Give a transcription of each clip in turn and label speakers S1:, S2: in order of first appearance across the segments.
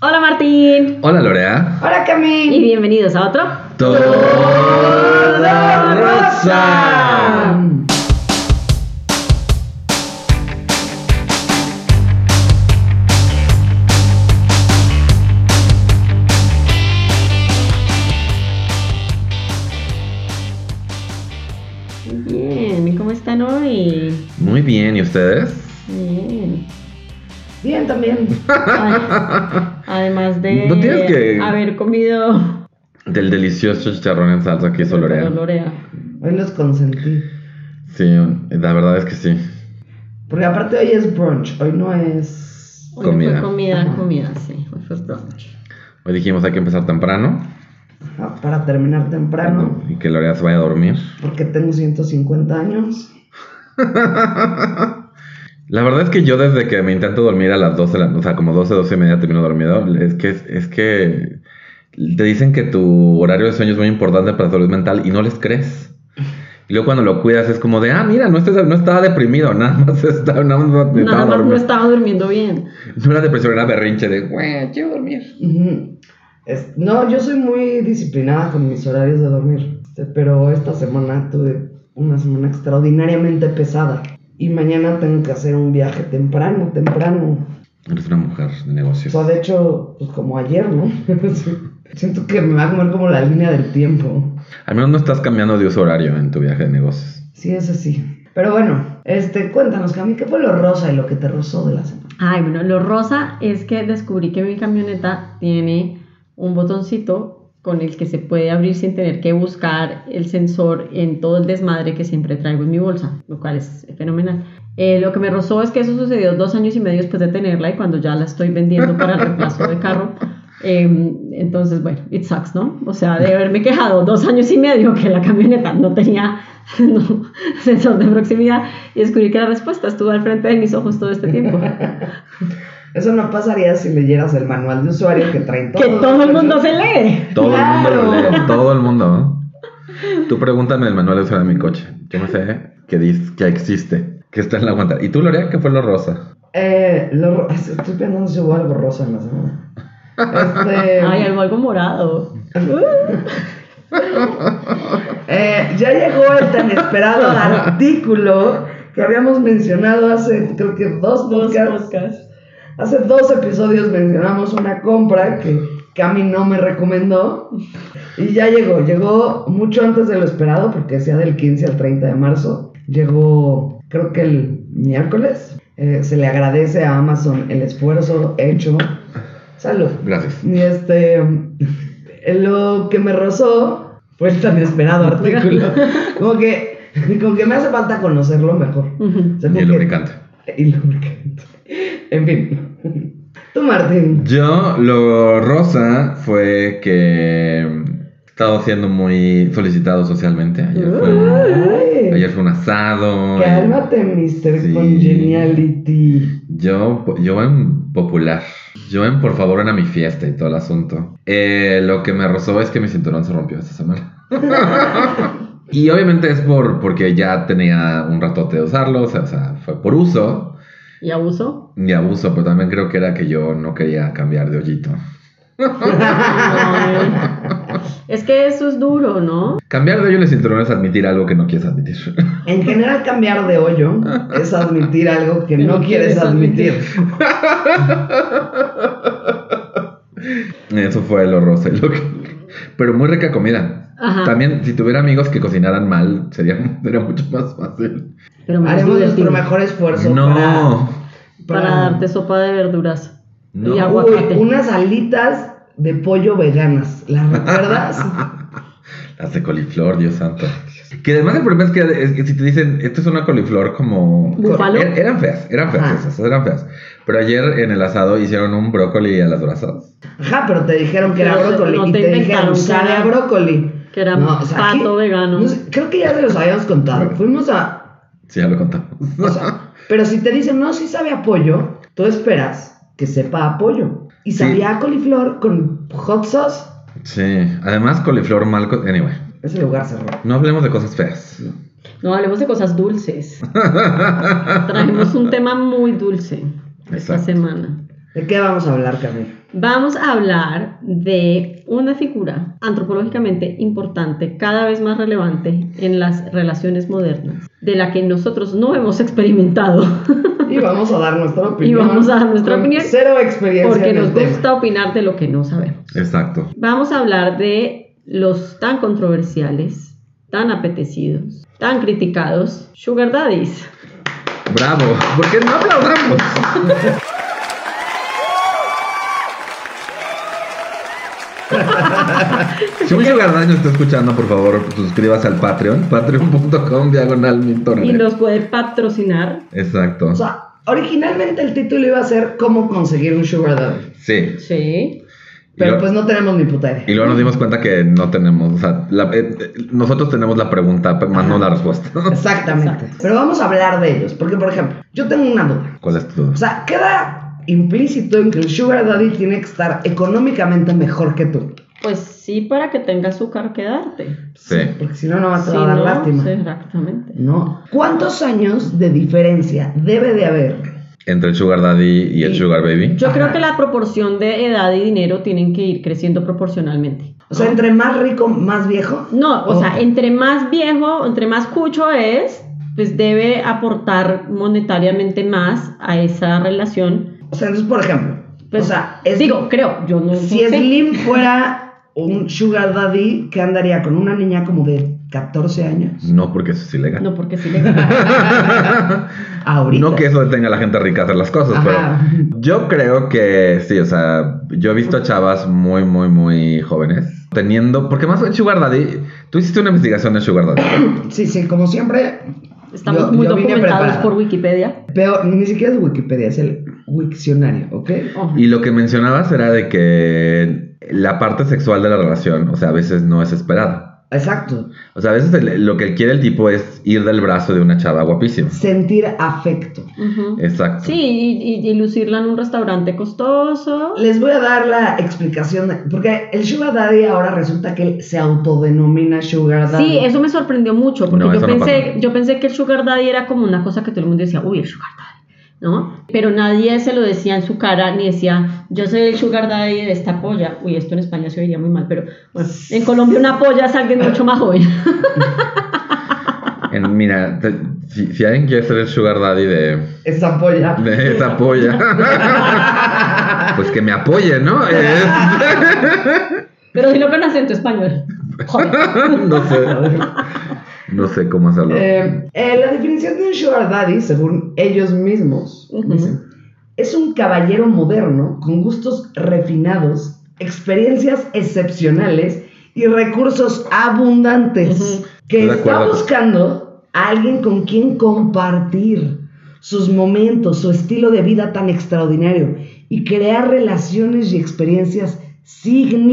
S1: Hola Martín.
S2: Hola Lorea.
S3: Hola Cami.
S1: Y bienvenidos a otro.
S2: Toda rosa.
S1: Bien, ¿cómo están hoy?
S2: Muy bien, ¿y ustedes?
S1: Bien.
S3: Bien también.
S1: Ay, además de
S2: No tienes que-
S1: haber comido
S2: Del delicioso chicharrón en salsa que hizo Lorea.
S1: Lorea.
S3: Hoy los consentí.
S2: Sí, la verdad es que sí.
S3: Porque aparte hoy es brunch, hoy no es.
S1: Hoy
S2: Comida.
S1: Fue comida, comida, sí. Hoy fue brunch.
S2: Hoy dijimos hay que empezar temprano
S3: Ajá, ah, para terminar temprano.
S2: y que Lorea se vaya a dormir.
S3: Porque tengo 150 años.
S2: La verdad es que yo desde que me intento dormir a las 12, de la- o sea, como 12, 12 y media termino dormido, es que, es que te dicen que tu horario de sueño es muy importante para la salud mental y no les crees. Y luego cuando lo cuidas es como de, ah, mira, no, estás- no estaba deprimido, nada más estaba, nada más estaba
S1: Nada más no
S2: dormido".
S1: estaba durmiendo bien.
S2: No era depresión, era berrinche de, güey, quiero dormir.
S3: Ujú. Es- no, yo soy muy disciplinada con mis horarios de dormir. Este, Pero esta semana tuve una semana extraordinariamente pesada. Y mañana tengo que hacer un viaje temprano, temprano.
S2: Eres una mujer de
S3: O
S2: negocios.
S3: sea, de hecho, pues como ayer, ¿no? Sí. Siento que me va a comer como la línea del tiempo.
S2: Al menos no estás cambiando de uso horario en tu viaje de negocios.
S3: Sí, eso sí. Pero bueno, este, cuéntanos, Cami, ¿qué fue lo rosa y lo que te rozó de la semana?
S1: Ay, bueno, lo rosa es que descubrí que mi camioneta tiene un botoncito con el que se puede abrir sin tener que buscar el sensor en todo el desmadre que siempre traigo en mi bolsa, lo cual es fenomenal. Eh, lo que me rozó es que eso sucedió dos años y medio después de tenerla y cuando ya la estoy vendiendo para el reemplazo de carro. eh, entonces, bueno, it sucks, ¿no? O sea, de haberme quejado dos años y medio que la camioneta no tenía no, sensor de proximidad y descubrí que la respuesta estuvo al frente de mis ojos todo este tiempo.
S3: Eso no pasaría si leyeras el manual de usuario que traen todos.
S1: que todo el mundo se lee.
S2: Todo el mundo lo
S3: Claro.
S2: lee, todo el mundo. Tú pregúntame el manual de uso de mi coche. Yo me sé que, dice, que existe, que está en la guantera. ¿Y tú, Lorea, qué fue lo rosa?
S3: Eh, lo ro- estoy pensando si hubo algo rosa en la semana. Este,
S1: Ay, algo, algo morado.
S3: Uh, eh, ya llegó el tan esperado artículo que habíamos mencionado hace, creo que dos
S1: Dos
S3: podcasts.
S1: podcasts.
S3: Hace dos episodios mencionamos una compra que Cami no me recomendó. Y ya llegó, llegó mucho antes de lo esperado, porque sea del 15 al 30 de marzo. Llegó, creo que el miércoles. Eh, se le agradece a Amazon el esfuerzo hecho. Salud.
S2: Gracias.
S3: Y este. eh, Lo que me rozó fue el tan esperado artículo. Como que, como que me hace falta conocerlo mejor.
S1: Ujú.
S3: O sea,
S2: Y
S3: como
S2: el
S3: que-
S2: lubricante.
S3: y lubricante. En fin. Tú, Martín.
S2: Yo, lo rosa fue que he estado siendo muy solicitado socialmente. Ayer fue un,
S3: Ay,
S2: ayer fue un asado.
S3: Cálmate, Mr.
S2: Sí.
S3: Congeniality.
S2: Yo, yo en popular. Yo en por favor ven a mi fiesta y todo el asunto. Eh, lo que me rozó es que mi cinturón se rompió esta semana. y obviamente es por porque ya tenía un ratote de usarlo, o sea, o sea, fue por uso
S1: ¿Y abuso?
S2: y abuso, pero también creo que era que yo no quería cambiar de hoyito.
S1: Ay. eh. Es que eso es duro, ¿no?
S2: Cambiar de hoyo en el cinturón es admitir algo que no quieres admitir.
S3: En general, cambiar de hoyo es admitir algo que
S1: Que
S3: no
S1: no
S3: quieres
S1: quieres
S3: admitir.
S2: Eso fue lo rosa y lo que... Pero muy rica comida.
S1: Ajá.
S2: También, si tuviera amigos que cocinaran mal, sería, sería mucho más fácil.
S1: Pero más
S3: Haremos
S1: divertido.
S3: nuestro mejor esfuerzo
S2: No.
S3: para,
S1: para darte sopa de verduras.
S2: No.
S1: Y
S3: Uy,
S1: aguacate.
S3: unas alitas de pollo veganas. ¿Las recuerdas?
S2: Las de coliflor, Dios santo. Que además el problema es que, es que si te dicen, esto es una coliflor como...
S1: ¿Búfalo?
S2: Er- eran feas, eran feas
S3: Ajá.
S2: esas, eran feas. Pero ayer en el asado hicieron un brócoli a las dorazadas.
S3: Ajá, pero te dijeron que era
S1: Pero te-
S3: brócoli.
S1: no
S3: y
S1: te
S3: te dijeron,
S1: inventaron que
S3: sabe
S1: era-
S3: a brócoli.
S1: que era
S3: aquí-
S1: pato vegano.
S3: no sé, creo que ya se los habíamos contado. Fuimos a,
S2: Sí, ya lo contamos.
S3: O sea, pero si te dicen, no, sí sabe a pollo, tú esperas que sepa a pollo. Y
S2: Sí.
S3: sabía a coliflor con hot sauce.
S2: Sí, además coliflor mal... co- Anyway,
S3: Ese lugar cerró.
S2: no hablemos de cosas feas.
S1: No, hablemos de cosas dulces. Traemos un tema muy dulce esta
S2: Exacto.
S1: semana.
S3: ¿De qué vamos a hablar, Camila?
S1: Vamos a hablar de una figura antropológicamente importante, cada vez más relevante en las relaciones modernas, de la que nosotros no hemos experimentado.
S3: Y vamos a dar nuestra opinión.
S1: Y vamos a dar nuestra
S3: con
S1: opinión
S3: Cero experiencia.
S1: Porque
S3: en el
S1: nos
S3: tema.
S1: gusta opinar de lo que no sabemos.
S2: Exacto.
S1: Vamos a hablar de los tan controversiales, tan apetecidos, tan criticados, sugar daddies.
S2: Bravo. ¿Por qué no aplaudimos? Si mucho Gardaño está escuchando, por favor, suscríbase al Patreon, patreon.com diagonal
S1: Y
S2: mintornet.
S1: nos puede patrocinar.
S2: Exacto.
S3: O sea, originalmente el título iba a ser ¿Cómo conseguir un sugar daddy?
S2: Sí.
S1: Sí.
S2: Y
S3: Pero
S2: lo-
S3: pues no tenemos ni puta idea.
S2: Y luego nos dimos cuenta que no tenemos, o sea, la- eh, eh, nosotros tenemos la pregunta, pero más no la respuesta.
S3: Exactamente.
S1: Exacto.
S3: Pero vamos a hablar de ellos. Porque, por ejemplo, yo tengo una duda.
S2: ¿Cuál es tu duda?
S3: O sea, queda implícito en que el sugar daddy tiene que estar económicamente mejor que tú.
S1: Pues sí, para que tenga azúcar que darte.
S2: Sí.
S3: Porque si no, no vas
S1: Sí,
S3: a dar
S1: ¿no?
S3: lástima.
S1: Sí, exactamente.
S3: No. ¿Cuántos años de diferencia debe de haber?
S2: Entre el Sugar Daddy y el
S3: Y-
S2: Sugar Baby.
S1: Yo creo
S3: Ajá.
S1: que la proporción de edad y dinero tienen que ir creciendo proporcionalmente.
S3: O sea, entre más rico, más viejo.
S1: No, o
S3: Oh.
S1: sea, entre más viejo, entre más cucho es, pues debe aportar monetariamente más a esa relación.
S3: O sea, entonces, por ejemplo,
S1: Pues,
S3: o sea, es-
S1: digo, creo, yo no,
S3: si
S1: no sé.
S3: Slim fuera un sugar daddy, ¿qué andaría con una niña como de 14 años?
S2: No, porque eso es ilegal.
S1: No, porque sí le
S3: Ahorita.
S2: No que eso detenga a la gente rica a hacer las cosas,
S3: Ajá.
S2: pero yo creo que sí, o sea, yo he visto chavas muy, muy, muy jóvenes teniendo, porque más el Sugar Daddy, tú hiciste una investigación de Sugar Daddy.
S3: Sí, sí, como siempre,
S1: Estamos
S3: Yo-
S1: muy
S3: yo vine
S1: documentados
S3: preparada.
S1: por Wikipedia.
S3: peor, ni siquiera es Wikipedia, es el Wikcionario, ¿ok?
S1: Ojo.
S2: Y lo que mencionabas era de que la parte sexual de la relación, o sea, a veces no es esperada.
S3: Exacto.
S2: O sea, a veces el- lo que quiere el tipo es ir del brazo de una chava guapísima.
S3: Sentir afecto.
S1: Ujú.
S2: Exacto.
S1: Sí, y, y- y lucirla en un restaurante costoso.
S3: Les voy a dar la explicación, de- porque el sugar daddy ahora resulta que él se autodenomina sugar daddy.
S1: Sí, eso me sorprendió mucho, porque
S2: No,
S1: yo,
S2: eso no
S1: pensé,
S2: pasa.
S1: yo pensé que el sugar daddy era como una cosa que todo el mundo decía, uy, el sugar daddy, ¿no? Pero nadie se lo decía en su cara, ni decía, yo soy el sugar daddy de esta polla. Uy, esto en España se oiría muy mal, pero bueno,
S3: Pues,
S1: en Colombia una polla es alguien mucho más joven.
S2: En- mira, te- si, si alguien quiere ser el Sugar Daddy de,
S3: Esa polla.
S2: de esa polla, pues que me apoye, ¿no? Es-
S1: Pero si lo con acento español. Joder.
S2: no sé. No sé cómo hacerlo.
S3: Eh, eh, la definición de un sugar daddy, según ellos mismos,
S1: Ujú.
S3: dicen, es un caballero moderno con gustos refinados, experiencias excepcionales y recursos abundantes
S1: Ujú.
S3: que
S2: Estoy de
S3: está
S2: acuerdo.
S3: buscando a alguien con quien compartir sus momentos, su estilo de vida tan extraordinario y crear relaciones y experiencias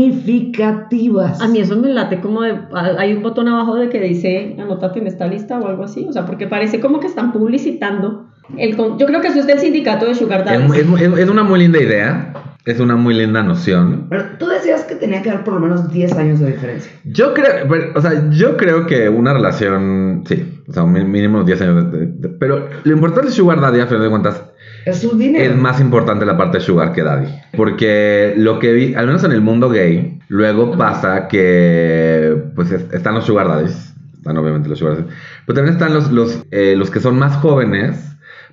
S3: significativas.
S1: A mí eso me late como de, a- hay un botón abajo de que dice, anótate en esta lista o algo así, o sea, porque parece como que están publicitando. El, con- yo creo que eso es del sindicato de sugar
S2: Es,
S1: daddies.
S2: es- es- es una muy linda idea. Es una muy linda noción.
S3: Pero tú decías que tenía que haber por lo menos 10 años de diferencia.
S2: Yo creo, pero, o sea, yo creo que una relación, sí, o sea, un mi- mínimo 10 años. de- de- de- pero lo importante de Sugar Daddy, a final de cuentas,
S3: Es su dinero.
S2: es más importante la parte de Sugar que Daddy. Porque lo que vi, al menos en el mundo gay, luego pasa que, pues es- están los Sugar Daddies, están obviamente los Sugar Daddies, pero también están los, los, eh, los que son más jóvenes.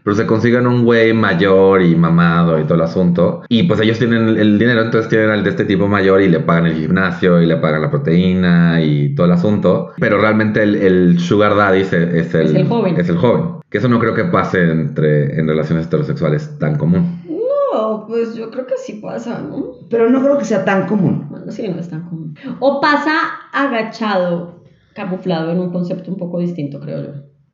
S2: Pero se consiguen un güey mayor y mamado y todo el asunto. Y pues ellos tienen el- el dinero, entonces tienen al de este tipo mayor y le pagan el gimnasio y le pagan la proteína y todo el asunto. Pero realmente el, el sugar daddy es, el- es el,
S1: Es el joven.
S2: Es el joven. Que eso no creo que pase entre, en relaciones heterosexuales tan común.
S1: No, pues yo creo que sí pasa, ¿no?
S3: Pero no creo que sea tan común.
S1: Bueno, sí, no es tan común. O pasa agachado, camuflado en un concepto un poco distinto, creo yo.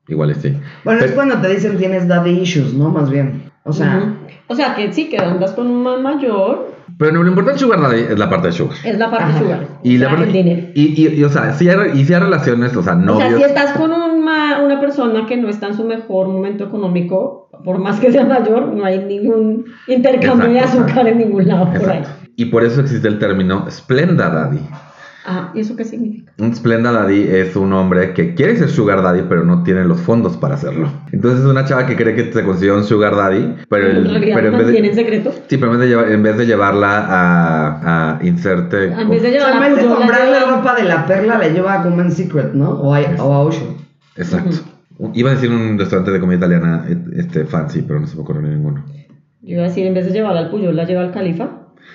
S2: Igual y sí.
S3: Bueno, es
S2: Pero-
S3: cuando te dicen tienes daddy issues, ¿no? Más bien. O sea,
S1: Ujú. o sea, que sí, que andas con un man mayor,
S2: Pero no, lo importante del sugar daddy es la parte de sugar.
S1: es la parte
S3: Ajá.
S1: sugar.
S2: Y
S1: o
S2: la
S1: sea,
S2: parte-
S1: el dinero.
S2: Y, y- y, o sea, si hay, re- y si hay relaciones, o sea,
S1: O
S2: novios.
S1: sea, si estás con un ma- una persona que no está en su mejor momento económico, por más que sea mayor, no hay ningún intercambio de
S2: Exacto,
S1: azúcar en ningún lado por ahí.
S2: Exacto. Y por eso existe el término Splenda Daddy.
S1: Ah, ¿y eso qué significa?
S2: Un Splenda Daddy es un hombre que quiere ser Sugar Daddy, pero no tiene los fondos para hacerlo. Entonces es una chava que cree que se consiguió un Sugar Daddy, pero, el-
S1: en realidad
S2: pero en vez
S1: mantienen
S2: de.
S1: secreto.
S2: Sí, pero en vez de, llevar- en vez de llevarla a, a inserte.
S1: En vez de
S3: O sea,
S1: llevar
S3: en vez de comprarle
S1: la
S3: ropa de la perla, le lleva a Common Secret, ¿no? O a, o a Ocean.
S2: Exacto. Iba a decir un restaurante de comida italiana este, fancy, pero no se me ocurrió ninguno.
S1: Yo iba a decir, en vez de llevarla al Puyol, la lleva al Califa.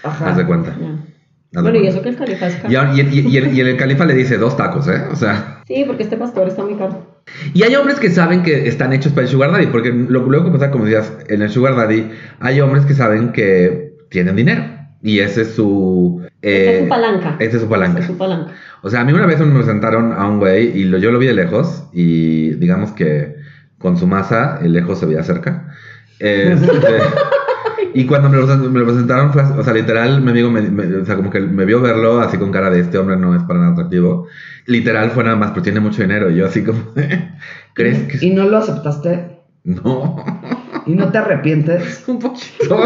S3: Ajá.
S2: Haz de cuenta.
S1: Ya.
S2: Haz de
S1: Ah. Bueno, y
S2: cuenta.
S1: eso que el Califa es caro.
S2: Y, ahora- y, y- y el, y el califa le dice dos tacos, ¿eh? O sea.
S1: Sí, porque este pastor está muy caro.
S2: Y hay hombres que saben que están hechos para el Sugar Daddy, porque lo, luego que pasa, como decías, en el Sugar Daddy hay hombres que saben que tienen dinero. Y ese es su.
S1: Esa es
S2: eh,
S1: su palanca.
S2: Esa es su
S1: Esa
S2: palanca.
S1: es su palanca.
S2: O sea, a mí una vez me presentaron a un güey y lo- yo lo vi de lejos y digamos que con su masa el lejos se veía cerca. Este, y cuando me lo, me lo presentaron, fue así- o sea, literal, mi amigo, me, me- o sea, como que me vio verlo así con cara de este hombre no es para nada atractivo. Literal fue nada más, pero tiene mucho dinero. Y yo así como, ¿crees que...?
S3: Y no lo aceptaste.
S2: No,
S3: Y no te arrepientes.
S2: un poquito.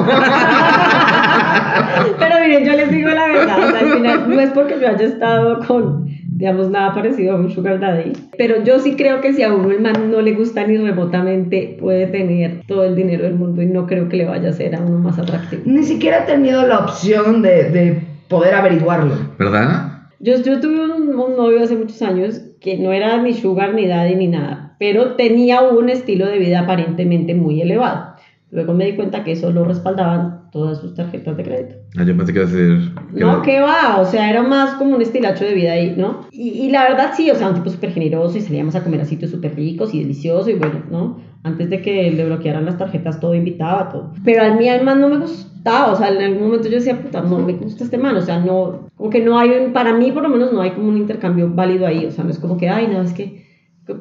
S1: Pero miren, yo les digo la verdad, o sea, al final no es porque yo haya estado con, digamos, nada parecido a un sugar daddy, pero yo sí creo que si a uno el man no le gusta ni remotamente, puede tener todo el dinero del mundo y no creo que le vaya a ser a uno más atractivo.
S3: Ni siquiera he tenido la opción de, de poder averiguarlo.
S2: ¿Verdad?
S1: Yo, yo tuve un, un novio hace muchos años que no era ni sugar, ni daddy, ni nada, pero tenía un estilo de vida aparentemente muy elevado. Luego me di cuenta que eso lo respaldaban todas sus tarjetas de crédito.
S2: Ah, Yo pensé que iba a decir... que
S1: No,
S2: la-
S1: que va, o sea, era más como un estilacho de vida ahí, ¿no? Y, y la verdad sí, o sea, un tipo súper generoso y salíamos a comer a sitios súper ricos y deliciosos y bueno, ¿no? Antes de que le bloquearan las tarjetas, todo invitaba, todo. Pero al mí al man no me gustaba, o sea, en algún momento yo decía, puta, no me gusta este man, o sea, no, como que no hay, un- para mí por lo menos no hay como un intercambio válido ahí, o sea, no es como que, ay, no, es que,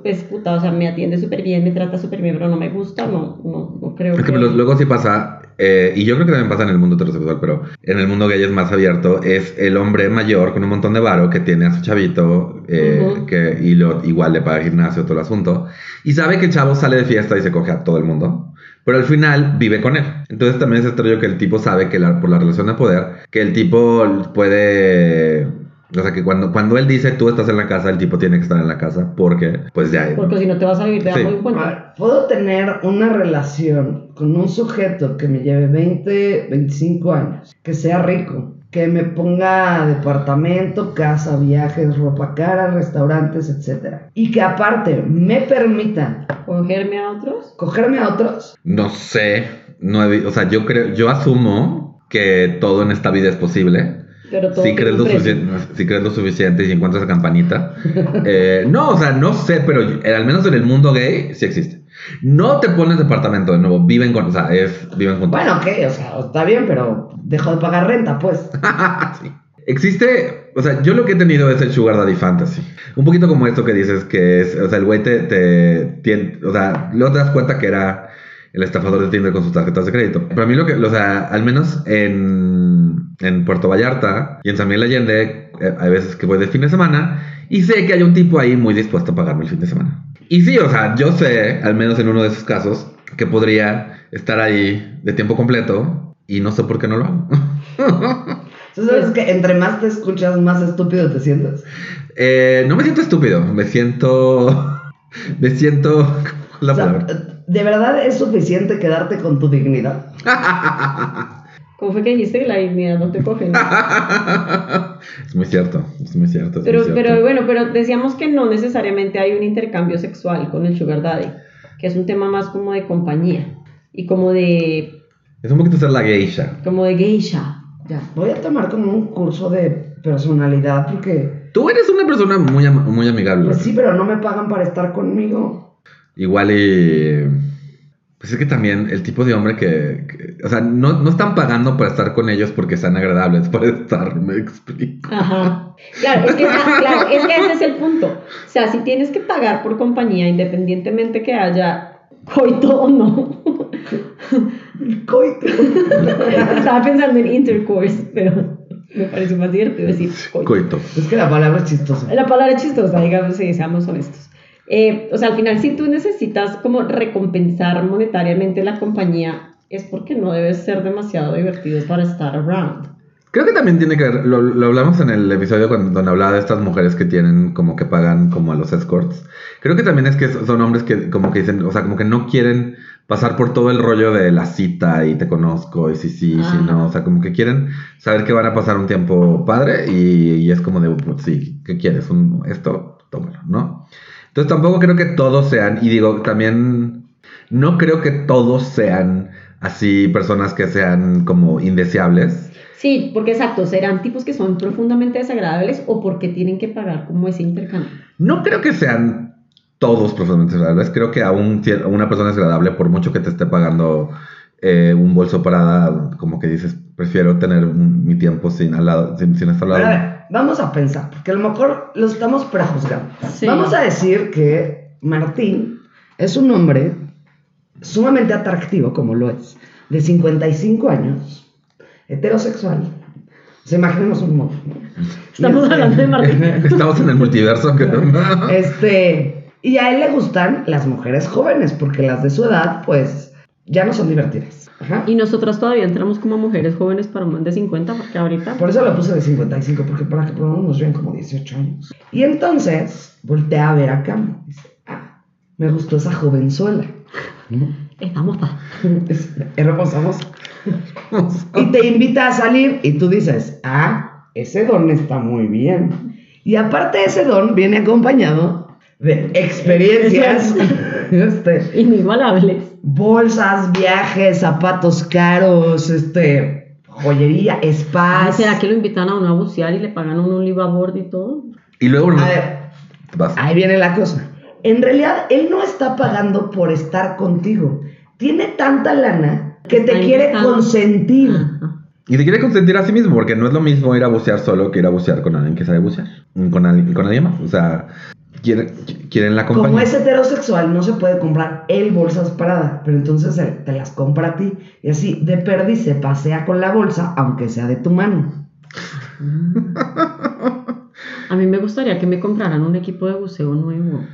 S1: pues, puta, o sea, me atiende súper bien, me trata súper bien, pero no me gusta, no, no, no creo
S2: Es que
S1: que-
S2: lo- luego sí pasa, eh, y yo creo que también pasa en el mundo heterosexual, pero en el mundo gay es más abierto, es el hombre mayor con un montón de varo que tiene a su chavito eh,
S1: Ujú.
S2: que, y lo, igual le paga gimnasio, todo el asunto, y sabe que el chavo sale de fiesta y se coge a todo el mundo, pero al final vive con él. Entonces también es extraño que el tipo sabe que la- por la relación de poder, que el tipo puede... O sea, que cuando, cuando él dice tú estás en la casa, el tipo tiene que estar en la casa porque, pues ya...
S1: Porque si no te vas a vivir de
S2: Sí.
S1: algo en
S3: A
S1: cuenta.
S3: ver, ¿Puedo tener una relación con un sujeto que me lleve 20, 25 años, que sea rico, que me ponga departamento, casa, viajes, ropa cara, restaurantes, etcétera? Y que aparte me permita
S1: ¿Cogerme a otros?
S3: cogerme a otros.
S2: No sé, no he vi- o sea, yo creo, yo asumo que todo en esta vida es posible.
S1: Pero todo
S2: Si
S1: tiene
S2: crees,
S1: un
S2: lo
S1: precio.
S2: sufici- si crees lo suficiente y si encuentras la campanita. Eh, no, o sea, no sé, pero yo- eh, al menos en el mundo gay sí existe. No te pones departamento de nuevo, viven con, o sea, es, viven juntos.
S3: Bueno, que, o sea, está bien, pero dejo de pagar renta, pues.
S2: Sí. Existe, o sea, yo lo que he tenido es el Sugar Daddy Fantasy. Un poquito como esto que dices que es, o sea, el güey te, te, tien- o sea, luego te das cuenta que era el estafador de Tinder con sus tarjetas de crédito. Para mí lo que, o sea, al menos en, en Puerto Vallarta y en San Miguel Allende, eh, hay veces que voy de fin de semana y sé que hay un tipo ahí muy dispuesto a pagarme el fin de semana. Y sí, o sea, yo sé, al menos en uno de esos casos, que podría estar ahí de tiempo completo y no sé por qué no lo hago.
S3: Entonces, ¿sabes que entre más te escuchas, más estúpido te sientes?
S2: Eh, no me siento estúpido, me siento. Me siento. ¿Cuál es la
S3: O sea,
S2: palabra?
S3: ¿de verdad es suficiente quedarte con tu dignidad?
S1: ¿Cómo fue que dijiste que la dignidad no te coge? ¿no?
S2: Es muy cierto, es muy cierto. es
S1: Pero,
S2: muy cierto.
S1: pero bueno, pero decíamos que no necesariamente hay un intercambio sexual con el sugar daddy, que es un tema más como de compañía y como de,
S2: Es un poquito ser la geisha.
S1: como de geisha. Ya.
S3: Voy a tomar como un curso de personalidad porque...
S2: Tú eres una persona muy, am- muy amigable.
S3: Pues sí, pero no me pagan para estar conmigo.
S2: Igual y. Pues es que también el tipo de hombre que. que- o sea, no, no están pagando para estar con ellos porque sean agradables, para estar, me explico.
S1: Ajá. Claro es, que, ah, claro, es que ese es el punto. O sea, si tienes que pagar por compañía, independientemente que haya coito o no.
S3: El coito.
S1: Estaba pensando en intercourse, pero me pareció más divertido decir coito.
S2: Coito.
S3: es que la palabra es chistosa.
S1: La palabra es chistosa, digamos, si seamos honestos. Eh, o sea, al final, si tú necesitas como recompensar monetariamente la compañía, es porque no debes ser demasiado divertido para estar around.
S2: Creo que también tiene que ver, lo, lo hablamos en el episodio cuando, donde hablaba de estas mujeres que tienen como que pagan como a los escorts. Creo que también es que son hombres que como que dicen, o sea, como que no quieren pasar por todo el rollo de la cita y te conozco y si sí, si
S1: Ajá.
S2: no, o sea, como que quieren saber que van a pasar un tiempo padre y, y es como de, pues, sí, ¿qué quieres? Un- esto, tómalo, ¿no? Entonces tampoco creo que todos sean, y digo, también no creo que todos sean así personas que sean como indeseables.
S1: Sí, porque exacto, serán tipos que son profundamente desagradables o porque tienen que pagar como ese intercambio.
S2: No creo que sean todos profundamente agradables. Creo que a, un cier- a una persona es agradable, por mucho que te esté pagando eh, un bolso Prada, como que dices, prefiero tener un- mi tiempo sin, al lado, sin, sin estar al
S3: Pero a
S2: lado.
S3: ver, vamos a pensar, porque a lo mejor lo estamos prejuzgando.
S1: Sí.
S3: Vamos a decir que Martín es un hombre sumamente atractivo, como lo es, de 55 años, heterosexual. Se imaginemos un modo. ¿no?
S1: Estamos
S3: Y este-
S1: hablando de Martín.
S2: Estamos en el multiverso. que-
S3: Este, y a él le gustan las mujeres jóvenes, porque las de su edad, pues, ya no son divertidas. Ajá.
S1: Y nosotras todavía entramos como mujeres jóvenes para más de 50, porque ahorita.
S3: Por eso lo puse de 55, porque para que por lo menos nos lleven como 18 años. Y entonces voltea a ver a Cam. Dice, ah, me gustó esa jovenzuela.
S1: Estamos pa.
S3: Es hermosa, hermosa. Y te invita a salir y tú dices, ah, ese don está muy bien. Y aparte ese don viene acompañado de experiencias, este,
S1: Inigualables.
S3: bolsas, viajes, zapatos caros, este, joyería, spas.
S1: Ay, ¿Será que lo invitan a uno a bucear y le pagan a uno un live a bordo y todo?
S2: Y luego
S3: A ver,
S2: vas.
S3: Ahí viene la cosa. En realidad, él no está pagando por estar contigo. Tiene tanta lana que te
S1: Está Ah.
S3: quiere
S1: invitando.
S3: consentir.
S1: Ajá.
S2: Y te quiere consentir a sí mismo, porque no es lo mismo ir a bucear solo que ir a bucear con alguien que sabe bucear. Con, alguien- con alguien más. O sea, quieren, quieren la compañía.
S3: Como es heterosexual, no se puede comprar él bolsas Prada, pero entonces él te las compra a ti. Y así, de perdiz, se pasea con la bolsa, aunque sea de tu mano.
S1: A mí me gustaría que me compraran un equipo de buceo nuevo.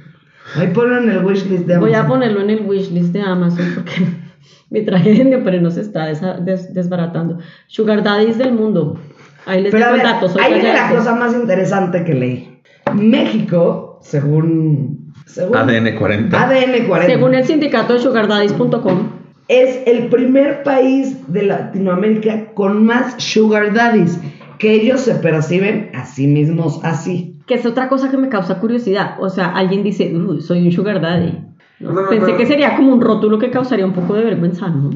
S3: Ahí ponlo en el wishlist de
S1: Voy a
S3: Amazon.
S1: ponerlo en el wishlist de Amazon porque mi traje de neopreno se está desa- des- desbaratando. Sugar daddies del mundo. Ahí les
S3: Pero a
S1: dejo el
S3: ver,
S1: dato. soy
S3: ahí viene la
S1: callarte.
S3: cosa más interesante que leí. México, según... según
S2: ADN 40.
S3: ADN 40.
S1: Según el sindicato de sugardaddies.com,
S3: es el primer país de Latinoamérica con más sugar daddies, que ellos se perciben a sí mismos así.
S1: que es otra cosa que me causa curiosidad. O sea, alguien dice, "Uy, soy un sugar daddy. ¿no?
S2: No, no,
S1: Pensé
S2: no.
S1: que sería como un rótulo que causaría un poco de vergüenza, ¿no?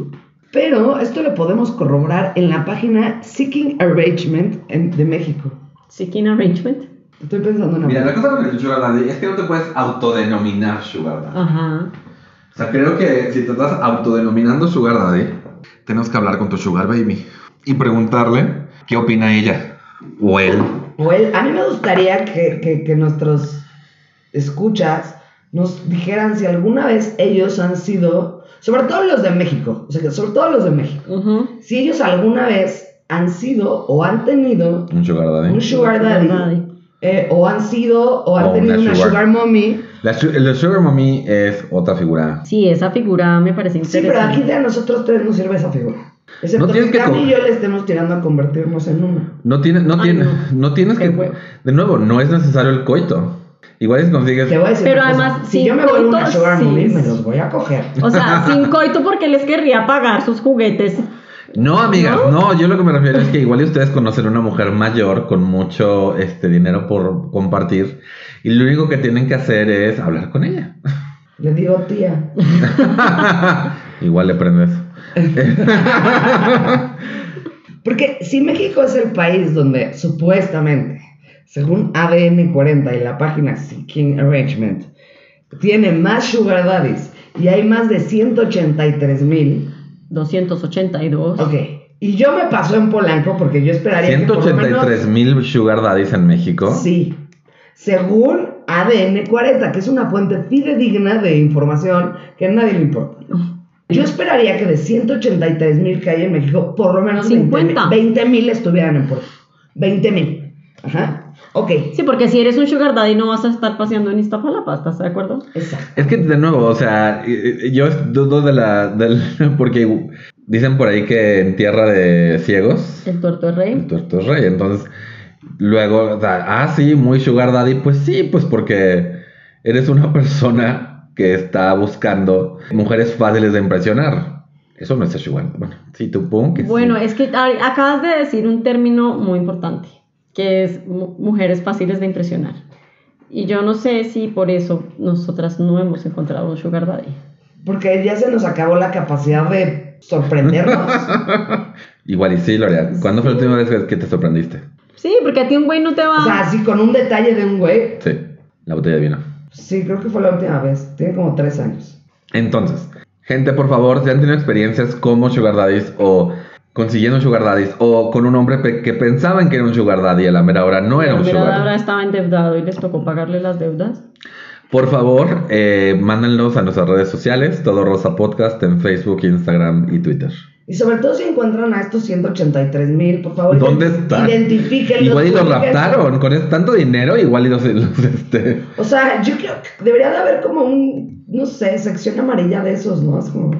S3: Pero esto lo podemos corroborar en la página Seeking Arrangement en- de México.
S1: Seeking arrangement.
S3: Estoy pensando en
S2: Mira, la
S3: algo.
S2: cosa con el sugar daddy es que no te puedes autodenominar sugar daddy.
S1: Ajá.
S2: O sea, creo que si te estás autodenominando sugar daddy, tenemos que hablar con tu sugar baby y preguntarle qué opina ella o él.
S3: O él- a mí me gustaría que, que- que nuestros escuchas nos dijeran si alguna vez ellos han sido, sobre todo los de México, o sea, que sobre todo los de México,
S1: Ujú.
S3: si ellos alguna vez han sido o han tenido
S2: Un sugar daddy.
S3: un sugar daddy, eh, o han sido o han
S2: O
S3: tenido
S2: una
S3: una
S2: sugar.
S3: sugar, mommy.
S2: La su- el sugar mommy es otra figura.
S1: Sí, esa figura me parece
S3: Sí, pero
S1: interesante.
S3: aquí de a nosotros tres nos sirve esa figura. Excepto
S2: No tienes
S3: que
S2: que
S3: Cami
S2: co-
S3: y yo le estemos tirando a convertirnos en una.
S2: No tienes, no
S1: Ay,
S2: tiene-
S1: no.
S2: no. tienes
S1: Qué
S2: que.
S1: huevo.
S2: De nuevo, no es necesario el coito. Igual si consigues.
S3: Te voy a decir
S1: Pero
S3: una cosa,
S1: además,
S3: si
S1: sin
S3: yo me vuelvo una
S1: coitos,
S3: sugar
S1: sí.
S3: mommy, me los voy a coger.
S1: O sea, sin coito porque les querría pagar sus juguetes.
S2: No, amigas, no. yo lo que me refiero es que igual y ustedes conocen una mujer mayor con mucho este dinero por compartir y lo único que tienen que hacer es hablar con ella.
S3: Le digo, tía,
S2: igual le prendes.
S3: Porque si México es el país donde supuestamente, según ADN 40 y la página Seeking Arrangement, tiene más sugar daddies y hay más de 183 mil.
S1: 282.
S3: Ok. Y yo me paso en Polanco porque yo esperaría que por lo menos
S2: 183 mil sugar daddies en México.
S3: Sí. Según ADN 40, que es una fuente fidedigna de información que a nadie le importa. Yo esperaría que de 183 mil que hay en México, por lo menos
S1: 50.
S3: 20 mil estuvieran en Puerto. 20 mil. Ajá. Ok.
S1: Sí, porque si eres un sugar daddy no vas a estar paseando en Iztapalapa, ¿estás de acuerdo?
S3: Exacto.
S2: Es que de nuevo, o sea, eh, eh, yo dudo de la. del- porque Dicen por ahí que en tierra de ciegos,
S1: El tuerto es rey.
S2: el tuerto es rey. Entonces, luego, o sea, ah, sí, muy sugar daddy. Pues sí, pues porque eres una persona que está buscando mujeres fáciles de impresionar. Eso no es ser sugar. Bueno, sí, tú pon que sí.
S1: Bueno,
S3: eh,
S1: es que a- acabas de decir un término muy importante, que es mu- mujeres fáciles de impresionar. Y yo no sé si por eso nosotras no hemos encontrado un sugar daddy.
S3: Porque ya se nos acabó la capacidad de sorprendernos.
S2: Igual y sí, Lorea. ¿Cuándo fue la última vez que- que te sorprendiste?
S1: Sí, porque a ti un güey no te va...
S3: o sea, así con un detalle de un güey.
S2: Sí, la botella de vino.
S3: Sí, creo que fue la última vez. Tiene como tres años.
S2: Entonces, gente, por favor, si han tenido experiencias como Sugar Daddies o consiguiendo Sugar Daddies o con un hombre pe- que pensaban que era un Sugar Daddy y a la mera hora no era un
S1: Mira,
S2: Sugar
S1: ahora
S2: Daddy,
S1: estaba endeudado y les tocó pagarle las deudas.
S2: por favor, eh, mándenlos a nuestras redes sociales, Todo Rosa Podcast en Facebook, Instagram y Twitter.
S3: Y sobre todo si encuentran a estos 183 mil, por favor.
S2: ¿Dónde
S3: ident-
S2: están?
S3: Identifíquenlos.
S2: Igual y los
S3: ubíquenlos.
S2: raptaron con es- tanto dinero, igual y los, los, este,
S3: O sea, yo creo que debería de haber como un, no sé, sección amarilla de esos, ¿no? Es como...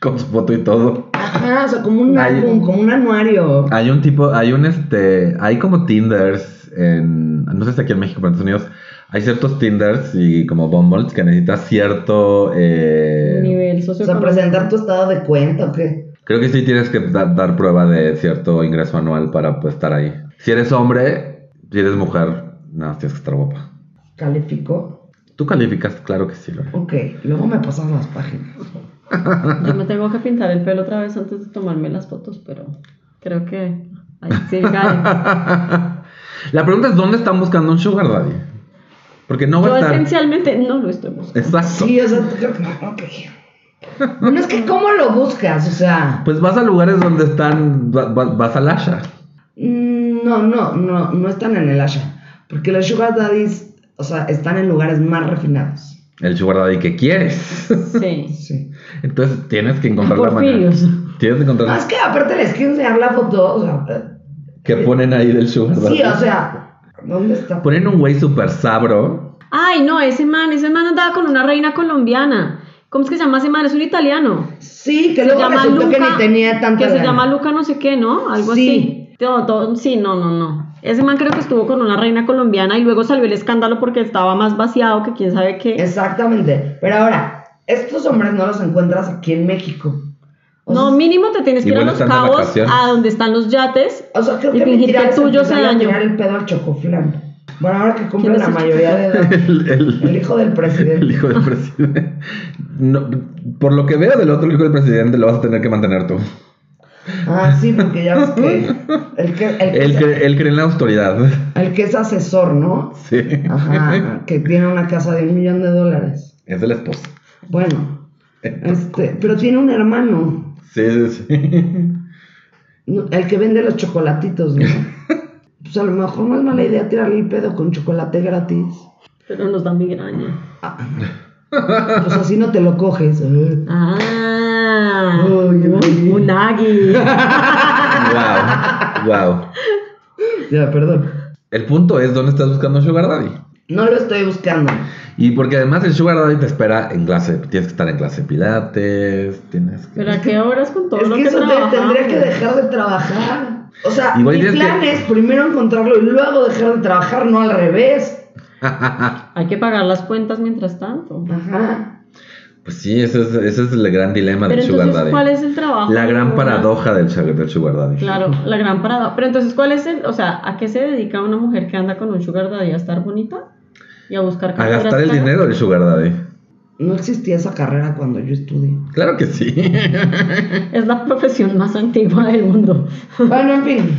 S2: con su foto y todo.
S3: Ajá, o sea, como un
S2: Ay. Ah.
S3: álbum, como un anuario.
S2: Hay un tipo, hay un este, hay como Tinders en, no sé si aquí en México, pero en Estados Unidos, hay ciertos Tinders y como Bumbles que necesitas cierto, eh,
S1: Nivel
S3: O sea,
S1: socioeconómico.
S3: presentar tu estado de cuenta o qué.
S2: creo que sí tienes que da- dar prueba de cierto ingreso anual para pues, estar ahí. Si eres hombre, si eres mujer, nada, tienes que estar guapa.
S3: Calificó.
S2: Tú calificas, claro que sí, Lore.
S3: Ok, luego me pasan las páginas.
S1: Yo me tengo que pintar el pelo otra vez antes de tomarme las fotos, pero creo que ahí sí gane.
S2: La pregunta es, ¿dónde están buscando un sugar daddy? Porque no va
S1: Yo
S2: a estar...
S1: esencialmente no lo estoy buscando.
S2: Exacto.
S3: Sí, o sea, creo que... Ok. Bueno, es que ¿cómo lo buscas? O sea...
S2: Pues vas a lugares donde están, va- va- vas al Asha.
S3: mm, No, no, no, no están en el Asha. Porque los sugar daddies, o sea, están en lugares más refinados.
S2: El sugar daddy que quieres.
S1: Sí.
S3: Sí.
S2: Entonces tienes que encontrar la manera.
S1: Porfirios.
S2: Tienes que encontrar
S3: Más que aparte les quiero enseñar la foto, o sea...
S2: que ponen ahí del sugar daddy.
S3: Sí, o sea, ¿dónde está?
S2: Ponen un güey súper sabro.
S1: Ay, no, ese man, ese man andaba con una reina colombiana. ¿Cómo es que se llama ese man? Es un italiano.
S3: Sí, que
S1: Se
S3: luego
S1: llama
S3: resultó
S1: Luca.
S3: que ni tenía tanta
S1: que se
S3: lana.
S1: llama Luca no sé qué, ¿no? Algo
S3: Sí.
S1: así. Todo, todo- sí, no, no, no. Ese man creo que estuvo con una reina colombiana y luego salió el escándalo porque estaba más vaciado que quién sabe qué.
S3: Exactamente. Pero ahora, estos hombres no los encuentras aquí en México. O
S1: No,
S3: sea,
S1: mínimo te tienes que ir a
S2: Igual
S1: los
S2: están de
S1: cabos
S2: vacaciones.
S1: a donde están los yates.
S3: o sea, creo
S1: y
S3: que
S1: fingir
S3: mentira
S1: que
S3: es
S1: el tuyo
S3: empezar
S1: se
S3: a
S1: dañó.
S3: tirar el pedo al chocoflan. Bueno, ahora que cumple
S1: ¿Quién
S3: la
S1: es el
S3: mayoría de edad,
S2: El, el-
S3: el hijo del
S2: el
S3: presidente.
S2: hijo del presidente. No, por lo que veo del otro hijo del presidente, lo vas a tener que mantener tú.
S3: Ah, sí, porque ya ves que el que, el que,
S2: Él,
S3: es,
S2: cre- él cree en la autoridad.
S3: el que es asesor, ¿no?
S2: Sí.
S3: Ajá, que tiene una casa de un millón de dólares.
S2: Es de la esposa.
S3: Bueno, este, pero tiene un hermano,
S2: Sí, sí, sí.
S3: ¿no? el que vende los chocolatitos, ¿no? Pues a lo mejor no es mala idea tirarle el pedo con chocolate gratis.
S1: Pero nos da migraña.
S3: Pues así no te lo coges. eh.
S1: Ah.
S3: Ay, ay.
S1: Un agui.
S2: Wow. Wow.
S3: Ya, perdón.
S2: El punto es dónde estás buscando un sugar daddy.
S3: No lo estoy buscando.
S2: Y porque además el sugar daddy te espera en clase. Tienes que estar en clase de pilates. Tienes que...
S1: Pero a qué horas con todo
S3: es
S1: lo
S3: que
S1: que,
S3: eso te-
S1: trabajamos?
S3: tendría que dejar de trabajar. O sea,
S2: Igual
S3: mi
S2: tienes que-
S3: plan es primero encontrarlo y luego dejar de trabajar, no al revés.
S1: Hay que pagar las cuentas mientras tanto.
S3: Ajá.
S2: Pues sí, ese es, ese es el gran dilema
S1: Pero
S2: del Sugar
S1: entonces,
S2: Daddy.
S1: ¿cuál es el trabajo?
S2: La gran
S1: Una-
S2: paradoja del, sugar- del Sugar Daddy.
S1: Claro, la gran paradoja. Pero entonces, ¿cuál es el, o sea, a qué se dedica una mujer que anda con un sugar daddy a estar bonita y a buscar
S2: A
S1: carreras
S2: gastar el
S1: caras?
S2: dinero del Sugar Daddy.
S3: No existía esa carrera cuando yo estudié.
S2: Claro que sí.
S1: Es la profesión más antigua del mundo.
S3: Bueno, en fin.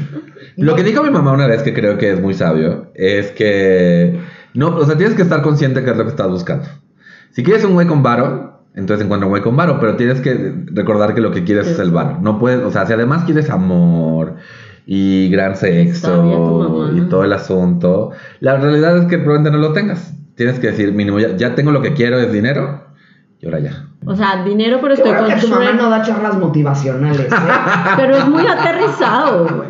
S2: Lo que dijo mi mamá una vez que creo que es muy sabio es que no, o sea, tienes que estar consciente que es lo que estás buscando. Si quieres un güey con varo, entonces encuentra un güey con varo, pero tienes que recordar que lo que quieres
S1: Sí.
S2: es el varo. No puedes, o sea, si además quieres amor y gran
S1: Sabía tu
S2: sexo
S1: mamá.
S2: y todo el asunto, la realidad es que probablemente no lo tengas. Tienes que decir, mínimo, ya, ya tengo lo que quiero, es dinero, y ahora ya.
S1: O sea, dinero, pero
S3: Qué
S1: estoy
S3: bueno
S1: con
S3: que tu mamá
S1: Shrek.
S3: no da charlas motivacionales. ¿eh?
S1: Pero es muy aterrizado, güey.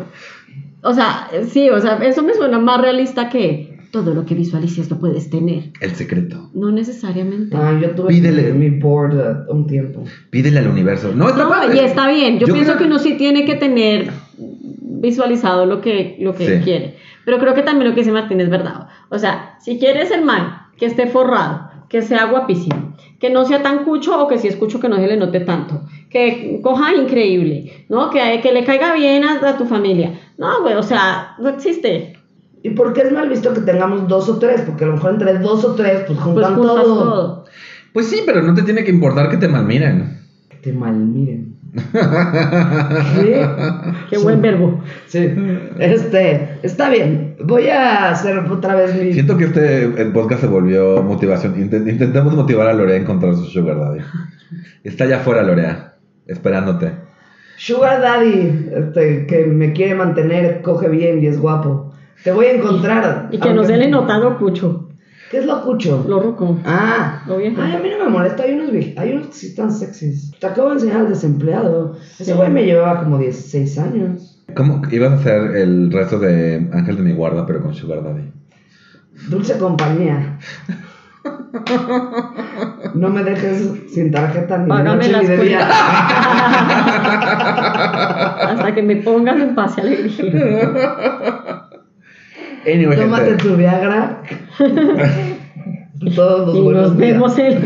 S1: O sea, sí, o sea, eso me suena más realista que todo lo que visualices lo puedes tener.
S2: El secreto.
S1: No necesariamente.
S3: Ah, yo tuve
S2: Pídele.
S3: mi board eh, un tiempo.
S2: Pídele al universo. No, está
S1: No,
S2: padre.
S1: y está bien. Yo,
S2: Yo
S1: pienso
S2: creo-
S1: que uno sí tiene que tener visualizado lo que, lo que
S2: Sí.
S1: quiere. Pero creo que también lo que dice Martín es verdad. O sea, si quieres el man que esté forrado, que sea guapísimo, que no sea tan cucho o que si es cucho que no se le note tanto, que coja increíble, ¿no? Que, que le caiga bien a, a tu familia. No, güey, o sea, no existe.
S3: ¿Y por qué es mal visto que tengamos dos o tres? Porque a lo mejor entre dos o tres, pues
S1: Pues
S3: juntan
S1: juntas
S3: todo.
S1: todo.
S2: Pues sí, pero no te tiene que importar que te malmiren.
S3: Que Te malmiren. ¿Qué?
S1: Qué buen verbo.
S3: Sí. Este, está bien. Voy a hacer otra vez mi.
S2: Siento que este eh, podcast se volvió motivación. Intent- intentamos motivar a Lorea a encontrar su sugar daddy. Está allá afuera, Lorea, esperándote.
S3: Sugar Daddy, este, que me quiere mantener, coge bien y es guapo. Te voy a encontrar.
S1: Y que no
S3: aunque-
S1: se le nota lo cucho,
S3: ¿Qué es lo cucho?
S1: lo ruco.
S3: Ah.
S1: Lo viejo.
S3: Ay, a mí no me molesta. Hay unos, vie- hay unos que sí están sexys. Te acabo de enseñar al desempleado.
S1: Sí.
S3: Ese güey me llevaba como 16 años.
S2: ¿Cómo ibas a hacer el resto de Ángel de mi guarda, pero con sugar daddy?
S3: Dulce compañía. No me dejes sin tarjeta ni de
S1: Págame
S3: noche ni
S1: las
S3: de día.
S1: cuentas. Hasta que me pongas en paz y alegría.
S2: Anyway,
S3: Tómate
S2: gente,
S3: tu Viagra. Todos los
S1: Y
S3: Pues buenos
S1: nos
S3: días.
S1: vemos el.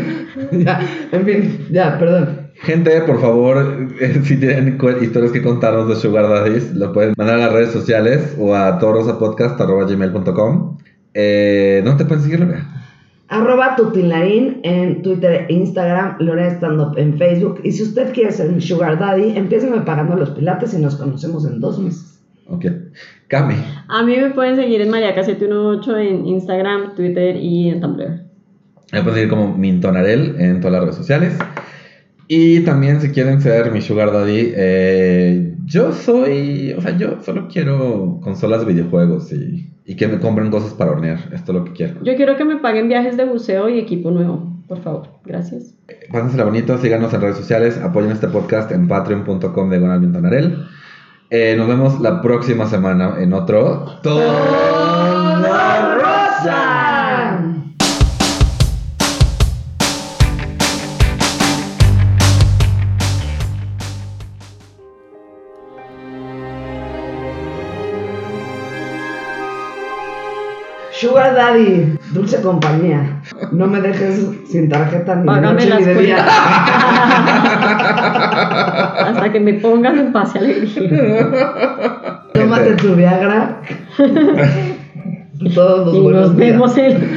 S3: Ya, en fin, ya, perdón.
S2: gente, por favor, eh, si tienen cu- historias que contarnos de sugar daddies, lo pueden mandar a las redes sociales o a torrosapodcast.gmail.com. Eh, ¿Dónde te pueden seguir, Lorea?
S3: Arroba Tutilarín en Twitter e Instagram, Lorea Stand Up en Facebook. Y si usted quiere ser mi Sugar Daddy, empiécenme pagando los pilates y nos conocemos en dos meses.
S2: Ok. Cami.
S1: A mí me pueden seguir en Mariaca718 en Instagram, Twitter y en Tumblr.
S2: Me pueden seguir como Mintonarel en todas las redes sociales. Y también si quieren ser mi sugar daddy, eh, yo soy, o sea, yo solo quiero consolas de videojuegos y, y que me compren cosas para hornear. Esto es lo que quiero.
S1: Yo quiero que me paguen viajes de buceo y equipo nuevo, por favor. Gracias.
S2: Pásensela bonito, síganos en redes sociales, apoyen este podcast en patreon.com de Mintonarel. Eh, nos vemos la próxima semana en otro...
S3: ¡Todo rosa! Sugar Daddy, dulce compañía. No me dejes sin tarjeta ni de
S1: Págame
S3: noche
S1: las
S3: ni de
S1: cuentas.
S3: día.
S1: Hasta que me pongas en paz y alegría.
S3: Tómate tu Viagra. Todos los
S1: Y
S3: buenos
S1: nos
S3: días.
S1: vemos el.